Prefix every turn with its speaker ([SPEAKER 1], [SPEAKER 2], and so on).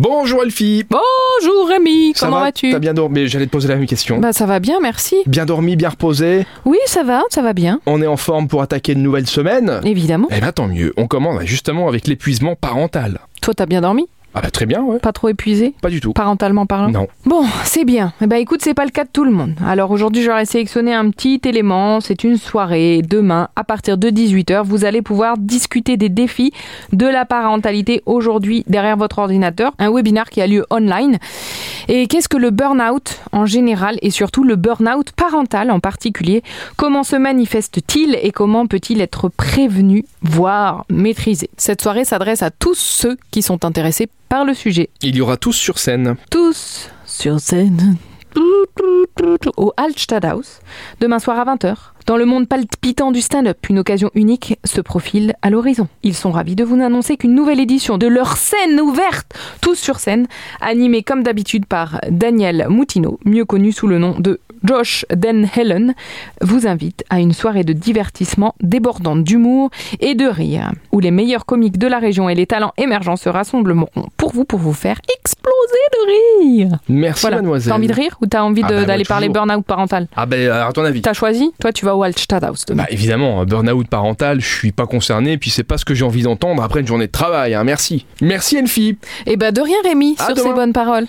[SPEAKER 1] Bonjour Elfie.
[SPEAKER 2] Bonjour Rémi,
[SPEAKER 1] Ça
[SPEAKER 2] comment
[SPEAKER 1] va
[SPEAKER 2] vas-tu
[SPEAKER 1] T'as bien dormi J'allais te poser la même question.
[SPEAKER 2] Bah ça va bien, merci.
[SPEAKER 1] Bien dormi, bien reposé.
[SPEAKER 2] Oui, ça va, ça va bien,
[SPEAKER 1] On est en forme pour attaquer une nouvelle semaine.
[SPEAKER 2] évidemment.
[SPEAKER 1] Eh ben tant mieux. On commence justement avec l'épuisement parental.
[SPEAKER 2] Toi, t'as bien dormi
[SPEAKER 1] Ah bah très bien, ouais.
[SPEAKER 2] Pas trop épuisé
[SPEAKER 1] Pas du tout.
[SPEAKER 2] Parentalement parlant
[SPEAKER 1] Non.
[SPEAKER 2] Bon, c'est bien. Eh ben écoute, c'est pas le cas de tout le monde. Alors aujourd'hui, j'aurais sélectionné un petit élément. C'est une soirée. Demain, à partir de 18h, vous allez pouvoir discuter des défis de la parentalité aujourd'hui derrière votre ordinateur. Un webinaire qui a lieu online. Et qu'est-ce que le burn-out en général et surtout le burn-out parental en particulier Comment se manifeste-t-il et comment peut-il être prévenu, voire maîtrisé Cette soirée s'adresse à tous ceux qui sont intéressés par le sujet
[SPEAKER 1] Il y aura tous sur scène.
[SPEAKER 2] tous sur scène au Altstadthaus demain soir à 20h. Dans le monde palpitant du stand-up, une occasion unique se profile à l'horizon. Ils sont ravis de vous annoncer qu'une nouvelle édition de leur scène ouverte, tous sur scène, animée comme d'habitude par Daniel Moutino, mieux connu sous le nom de Josh Den Helen, vous invite à une soirée de divertissement débordante d'humour et de rire, où les meilleurs comiques de la région et les talents émergents se rassembleront pour vous pour vous faire exploser de rire.
[SPEAKER 1] Merci
[SPEAKER 2] Voilà.
[SPEAKER 1] mademoiselle.
[SPEAKER 2] T'as envie de rire ou t'as envie
[SPEAKER 1] Ah
[SPEAKER 2] de-
[SPEAKER 1] bah, moi,
[SPEAKER 2] d'aller parler
[SPEAKER 1] toujours.
[SPEAKER 2] burn-out parental
[SPEAKER 1] Ah ben à ton avis.
[SPEAKER 2] T'as choisi Toi, tu vas au Altstadthaus demain.
[SPEAKER 1] Bah évidemment, burn-out parental, je suis pas concerné, puis c'est pas ce que j'ai envie d'entendre après une journée de travail, hein, merci. Merci Elfie
[SPEAKER 2] Eh ben, de rien, Rémi,
[SPEAKER 1] À
[SPEAKER 2] sur
[SPEAKER 1] demain.
[SPEAKER 2] ces bonnes paroles.